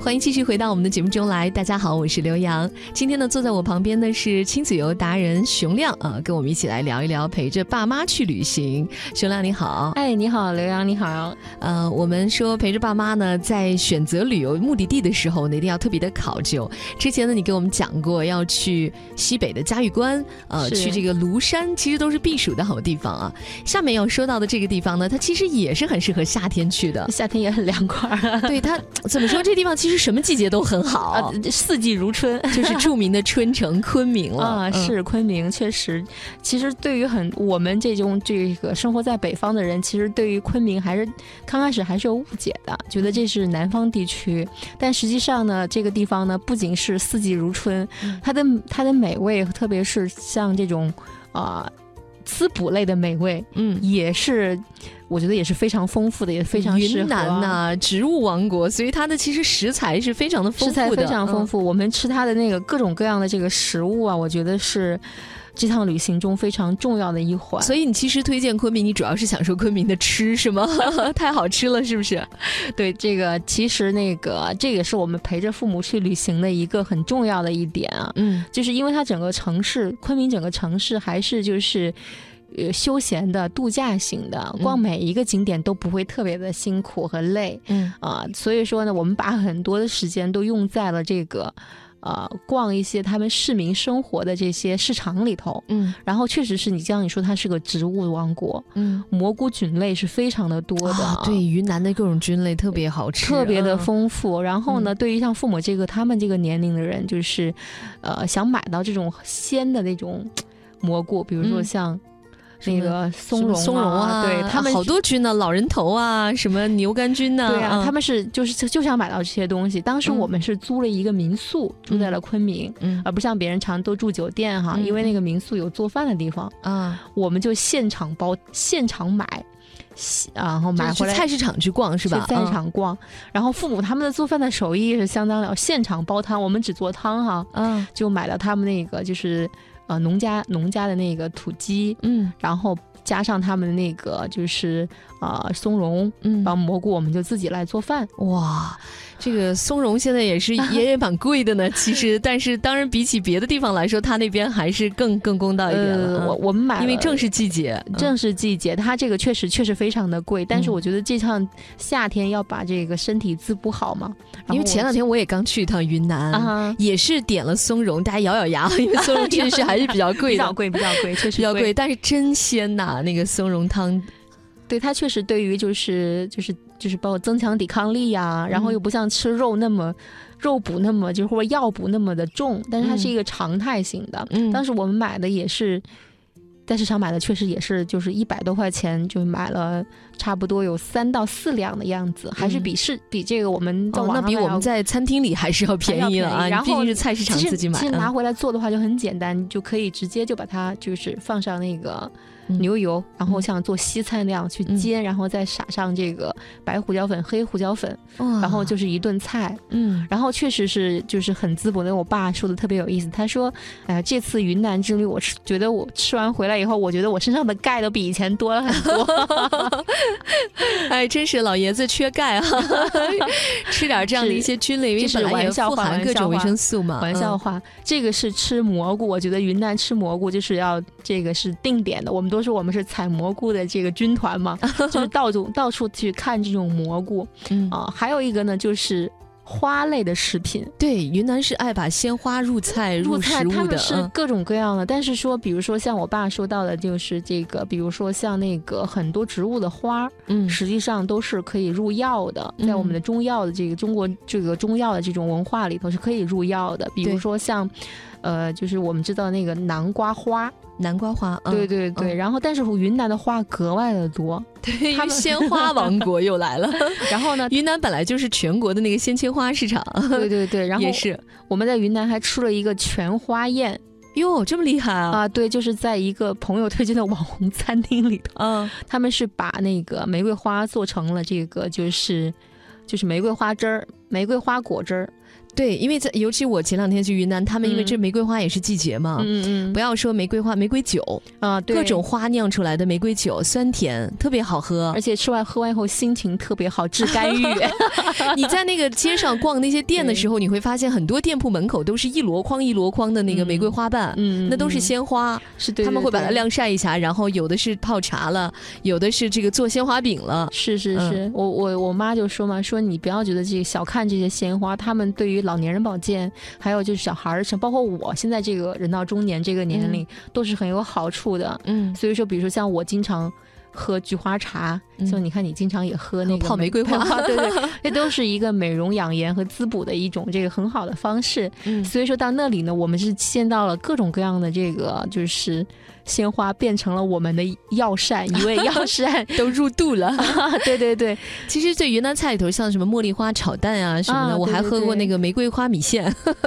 欢迎继续回到我们的节目中来。大家好，我是刘洋。今天呢，坐在我旁边的是亲子游达人熊亮啊，跟我们一起来聊一聊陪着爸妈去旅行。熊亮你好，哎，你好，刘洋，你好。呃，我们说陪着爸妈呢，在选择旅游目的地的时候呢，一定要特别的考究。之前呢，你给我们讲过要去西北的嘉峪关，呃，是。去这个庐山，其实都是避暑的好地方啊。下面要说到的这个地方呢，它其实也是很适合夏天去的 夏天也很凉快儿对它怎么说？这地方其实什么季节都很好。 啊，四季如春。就是著名的春城昆明了 啊，嗯是昆明，确实，其实对于很我们这种这个生活在北方的人，其实对于昆明还是刚开始还是有误解的，觉得这是南方地区，但实际上呢，这个地方呢不仅是四季如春，嗯它的它的美味，特别是像这种啊、滋补类的美味，嗯。也是我觉得也是非常丰富的，也非常适云合南呐、植物王国，所以它的其实食材是非常的丰食富的，嗯材非常丰富。富。我们吃它的那个各种各样的这个食物啊，我觉得是这趟旅行中非常重要的一环。嗯所以你其实推荐昆明，你主要是想说昆明的吃是 吗？太好吃了，是不是？对这个，其实那个这也是我们陪着父母去旅行的一个很重要的一点啊，嗯，就是因为它整个城市，昆明整个城市还是就是。呃，休闲的、度假型的，逛嗯每一个景点都不会特别的辛苦和累。嗯啊、所以说呢，我们把很多的时间都用在了这个，呃，逛一些他们市民生活的这些市场里头。嗯然后确实是你像你说，它是个植物王国，嗯，蘑菇菌类是非常的多的，啊，对，，云南的各种菌类特别好吃，特别的嗯丰富。然后呢，对于像父母这个他们这个年龄的人，就是，呃，想买到这种鲜的那种蘑菇，比如说嗯像什那么个松什么茸、松茸啊，对他们好多菌呢、老人头啊，什么牛肝菌呢、对啊，嗯他们是就是就就想买到这些东西。当时嗯我们是租了一个民宿，住在了昆明，嗯而不像别人常都住酒店哈，嗯因为那个民宿有做饭的地方，啊，我们就现场包、现场买，现然后买就是回去来。菜市场去逛是吧？去菜嗯市场逛，然后父母他们的做饭的手艺是相当了，现场煲汤，我们只做汤哈，嗯就买了他们那个就是呃农家农家的那个土鸡，嗯然后加上他们的那个就是呃松茸，嗯然后蘑菇，我们就自己来做饭。哇，这个松茸现在也是也也蛮贵的呢。其实，但是当然比起别的地方来说，它那边还是更更公道一点了。呃，我嗯我们买了，嗯因为正是季节，正是季节，它这个确实确实非常的贵，但是嗯我觉得这趟夏天要把这个身体滋补好嘛，嗯因为前两天我也刚去一趟云南。啊 哈也是点了松茸，大家咬咬 牙，因为松茸确实是还是比较贵比的，较贵，比较贵，确实比较贵，。但是真鲜呐、那个松茸汤，对，它确实对于就是就是就是包括增强抵抗力呀、然后嗯又不像吃肉那么肉补那么就是或者药补那么的重，但是它嗯是一个常态型的。嗯当时时我们买的也是。在市场买的确实也是，就是一百多块钱就买了，差不多有三到四两的样子，还是嗯比市、比这个我们在哦网，那上比买我要们在餐厅里还是要便宜了啊，还要便宜你毕竟是菜市场其实自己买嗯其实拿的。回来做的话就很简单，你就可以直接就把它就是放上那个嗯牛油，然后像做西餐那样去煎，然后再撒上这个白胡椒粉、黑胡椒粉，哇然后就是一顿菜。嗯然后确实是就是很滋补的。我爸说的特别有意思，他说：“哎呀，这次云南之旅，我吃觉得我吃完回来以后，我觉得我身上的钙都比以前多了很多。 哎，真是老爷子缺钙啊，吃点这样的一些菌类，因为这本是来也玩笑富话含玩各笑种维话生素嘛。嗯玩笑话，这个是吃蘑菇，我觉得云南吃蘑菇就是要这个是定点的。我们都说我们是采蘑菇的这个军团嘛，就是到处到处去看这种蘑菇嗯，嗯啊、还有一个呢，就是花类的食品，对，云南是爱把鲜花入菜入菜食物他们的，是嗯各种各样的。但是说，比如说像我爸说到的，就是这个，比如说像那个很多植物的花儿，嗯实际上都是可以入药的，嗯在我们的中药的这个中国这个中药的这种文化里头是可以入药的，比对如说像。呃，就是我们知道那个南瓜花，南瓜花，嗯对对对，然后但是云南的花格外的 多，对，他因为们鲜花王 国又来了。，然后呢云南本来就是全国的那个鲜切花市场，对对对，然后也是我们在云南还吃了一个全花宴哟，这么厉害啊！啊，对，就是在一个朋友推荐的网红餐厅里头，嗯，他们是把那个玫瑰花做成了这个就是就是玫瑰花汁儿、玫瑰花果汁儿，对，因为在尤其我前两天去云南，他们因为嗯这玫瑰花也是季节嘛，嗯嗯不要说玫瑰花，玫瑰酒，啊，对各种，花酿出来的玫瑰酒，酸甜，特别好喝而。且吃完喝完以后心情特别好，治肝 郁。嗯你在那个街上逛那些店的时候，你会发现很多店铺门口都是一箩筐一箩筐的那个玫瑰花瓣。嗯，那都是嗯鲜花，是对，他们会把它对。对晾晒一下，然后有的是泡茶了，有的是这个做鲜花饼了。是是嗯是，我我我妈就说嘛，说你不要觉得这个小看这些鲜花，他们对于老年人保健，还有就是小孩儿，像包括我现在这个人到中年这个年龄，都是很有好处的。嗯，所以说，比如说像我经常喝菊花茶，嗯像你看你经常也喝那喝个泡玫瑰花 对对，这都是一个美容养颜和滋补的一种这个很好的方式。嗯所以说到那里呢，我们是见到了各种各样的这个就是鲜花，变成了我们的药膳，一味药 膳。都入肚了。啊对对对， 其实这云南菜里头，像什么茉莉花炒蛋啊什么的，啊我还对对喝过对那个玫瑰花米线，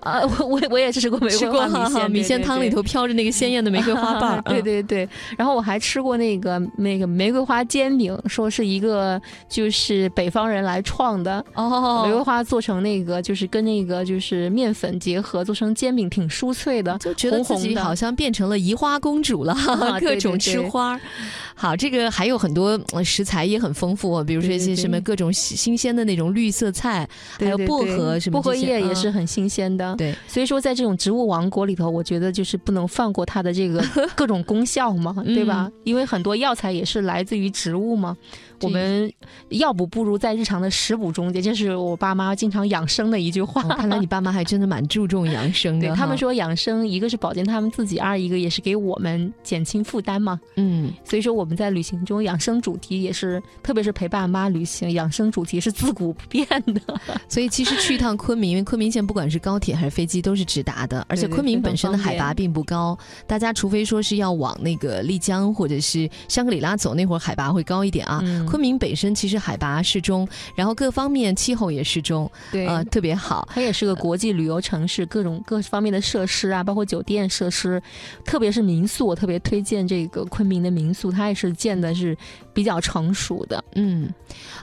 啊，我我我也吃过玫 瑰吃过花米哈哈线，米对线对汤对。里头飘着那个鲜艳的玫瑰花瓣 嗯对对对。然后我还吃过那个那个玫瑰花煎饼，说是一个就是北方人来创的。 哦，玫瑰花做成那个，就是跟那个就是面粉结合做成煎饼，挺酥脆的。就觉得自红红己的啊好像变成了移花公主了， 各对种对吃对花儿。好，这个还有很多呃食材也很丰富、哦，比如说一对对些什么对各种新新鲜的那种绿色菜，还对有对薄对荷什么薄荷这些叶也嗯是很新鲜的。对，所以说在这种植物王国里头，我觉得就是不能放过它的 这个各种功效嘛，对吧？因为很多药材也是来自于植物嘛。对我们药补不如在日常的食补中间，这是我爸妈经常养生的一句 话。哦看来你爸妈还真的蛮注重养生的对哈。他们说养生，一个是保健他们自己，二一个也是给我们减轻负担嘛。嗯，所以说我们在旅行中养生主题也是，特别是陪爸妈旅行，养生主题是自古不变的。所以其实去一趟昆明，因为昆明现在不管是高铁还是飞机都是直达的，而且对对昆明非常本身的方海拔便并不高，大家除非说是要往那个丽江或者是香格里拉走，那会儿海拔会高一点啊。 嗯昆明本身其实海拔适中，然后各方面气候也适中，对呃，特别好。它也是个国际旅游城市，各种各方面的设施啊，包括酒店设施，特别是民宿，我特别推荐这个昆明的民宿，它也是建的是比较成熟的。嗯，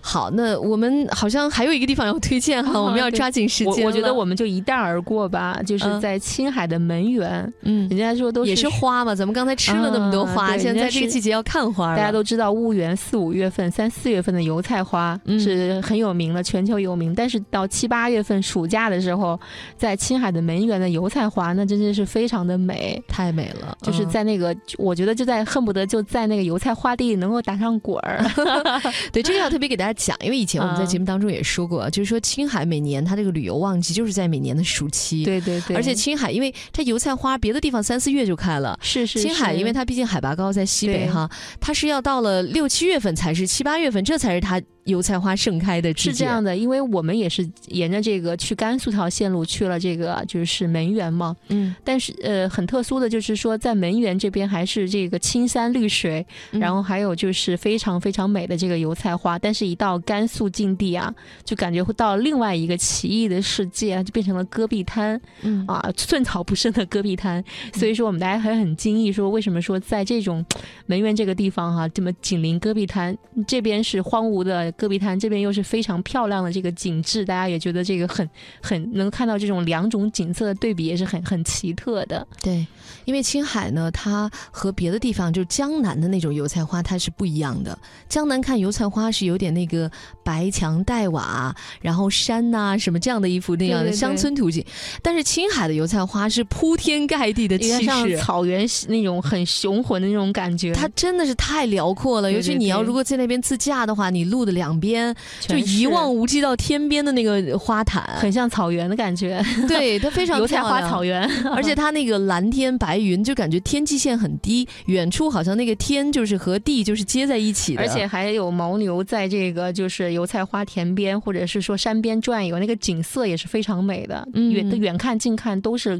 好，那我们好像还有一个地方要推荐哈，啊我们要 对抓紧时我间我觉得了我们就一带而过吧，就是嗯在青海的门源，嗯人家说都是也是花嘛，咱们刚才吃了那么多啊花，对现人在家在这个是季节要看花大了，家都知道，婺源四五月份、三四月份的油菜花、嗯是很有名的，全球有名。但是到七八月份暑假的时候，在青海的门源的油菜花，那真的是非常的美。太美了，就是嗯在那个，我觉得就在恨不得就在那个油菜花地能够打上滚 儿。对这个要特别给大家讲，因为以前我们在啊节目当中也说过，就是说青海每年它这个旅游旺季就是在每年的暑期，对对对，而且青海因为它油菜花别的地方三四月就开了。是是青海，是因为它毕竟海拔高，在西北对哈，它是要到了六七月份才是七八月份，这才是它油菜花盛开的季是节。这样的，因为我们也是沿着这个去甘肃条线路去了这个就是门源嘛，嗯，但是呃很特殊的就是说在门源这边还是这个青山绿水，嗯然后还有就是非常非常美的这个油菜花，但是一到甘肃境地啊，就感觉会到另外一个奇异的世界啊，就变成了戈壁滩嗯啊，寸草不生的戈壁滩。所以说我们大家还很惊异，说为什么说在这种门源这个地方哈、这么紧邻戈壁滩，这边是荒芜的戈壁滩，这边又是非常漂亮的这个景致，大家也觉得这个很很能看到这种两种景色的对比，也是很很奇特的。对，因为青海呢，它和别的地方就是江南的那种油菜花，它是不一样的。江南看油菜花是有点那个白墙黛瓦，啊然后山呐、什么这样的一幅那样的对对对乡村图景，但是青海的油菜花是铺天盖地的有点气像势。草原那种很雄浑的那种感觉，它真的是太辽阔了，对尤其对你要对如果在那边自驾的话，你路的两边就全一是望无际到天边的那个 花坛，很像草原的感觉，对它非常油菜漂花亮 草原。而且它那个蓝天白云，就感觉天际线很低，远处好像那个天就是和地就是接在一起的。而且还有牦牛在这个就是油菜花田边或者是说山边转悠，那个景色也是非常美的，嗯远的远看近看都是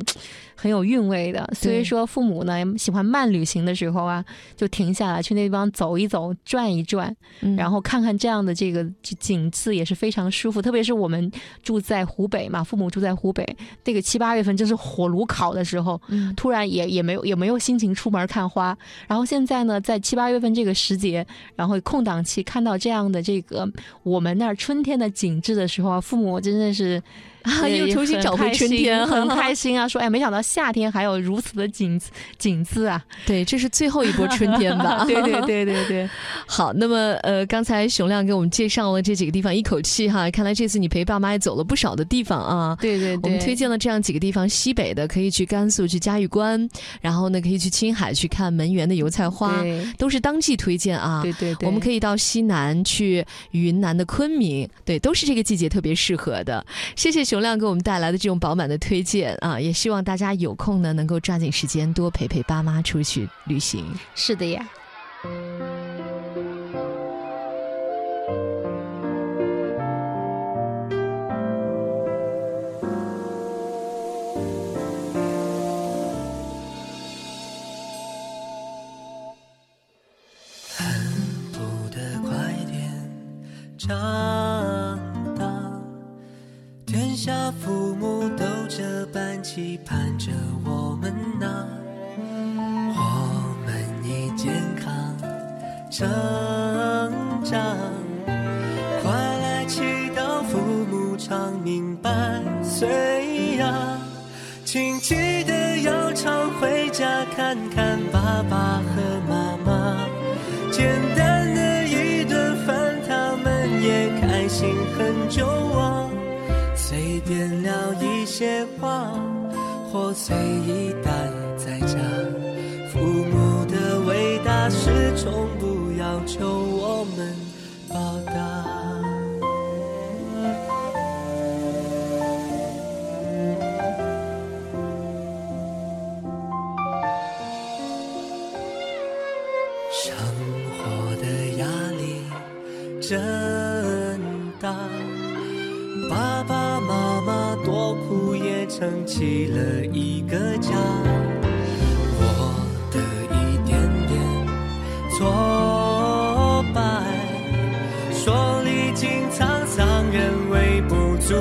很有韵味的。所以说父母呢喜欢慢旅行的时候啊，就停下来去那地方走一走、转一转，嗯，然后看看这样的这个景致也是非常舒服。特别是我们住在湖北嘛，父母住在湖北，那个七八月份真是火炉烤的时候，嗯突然也也没有也没有心情出门看花。然后现在呢，在七八月份这个时节，然后空档期看到这样的这个我们那儿春天的景致的时候啊，父母真的是 啊，也又重新找回春 天，很开心很开心啊！说哎，没想到夏天还有如此的景景 致啊！对，这是最后一波春天 吧？对对对对对，好，那么呃，刚才熊亮给我们介绍了这几个地方，一口气哈，看来这次你陪爸妈也走了不少的地方啊。对对对，我们推荐了这样几个地方，西北的可以去甘肃去嘉峪关，然后呢可以去青海去看门源的油菜花，对都是当季推荐啊。对对对，我们可以以到西南去云南的昆明，对，都是这个季节特别适合的。谢谢熊亮给我们带来的这种饱满的推荐啊，也希望大家有空呢能够抓紧时间多陪陪爸妈出去旅行。是的呀。恨不得快点长大，天下父母都这般期盼着我们呐、我们已健康成长，快来祈祷父母长命百岁呀、请记得要常回家看看爸爸和妈妈。简单的一顿饭，他们也开心很久啊。随便聊一些话，或随意待在家。父母的伟大始终不要求我们报答。生活的压力真大，爸爸妈妈多苦也撑起了一个家。我的一点点挫败，说历经沧桑仍微不足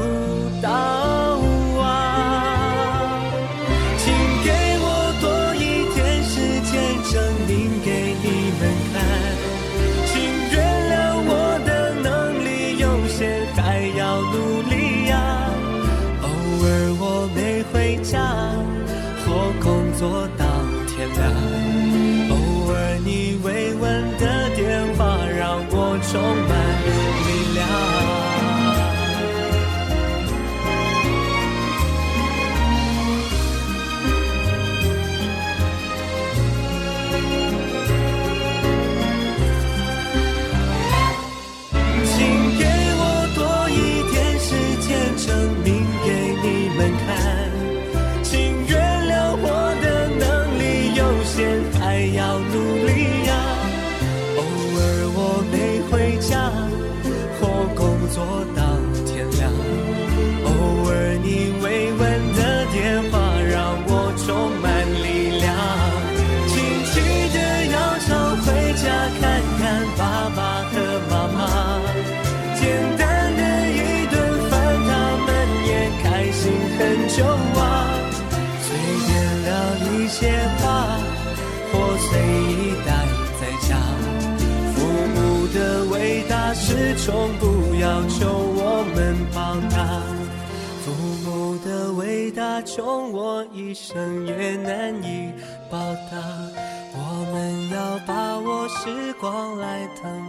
道啊。请给我多一点时间，证明给你们看。请原谅我的能力有限，还要努力呀、啊偶尔我没回家，或工作到天亮。偶尔你慰问的电话，让我充满力量。请给我多一点时间，证明给你们看。请原谅我的能力有限，还要努力呀。偶尔我没回家，或工作到天亮。偶尔你慰问的电话，让我充满力量。请记得要常回家看看爸爸和妈妈。简单的一顿饭，他们也开心很久啊。随便聊一些话，或随意待在家。父母的伟大始终不要求我们报答。父母的伟大，穷我一生也难以报答。我们要把握时光来疼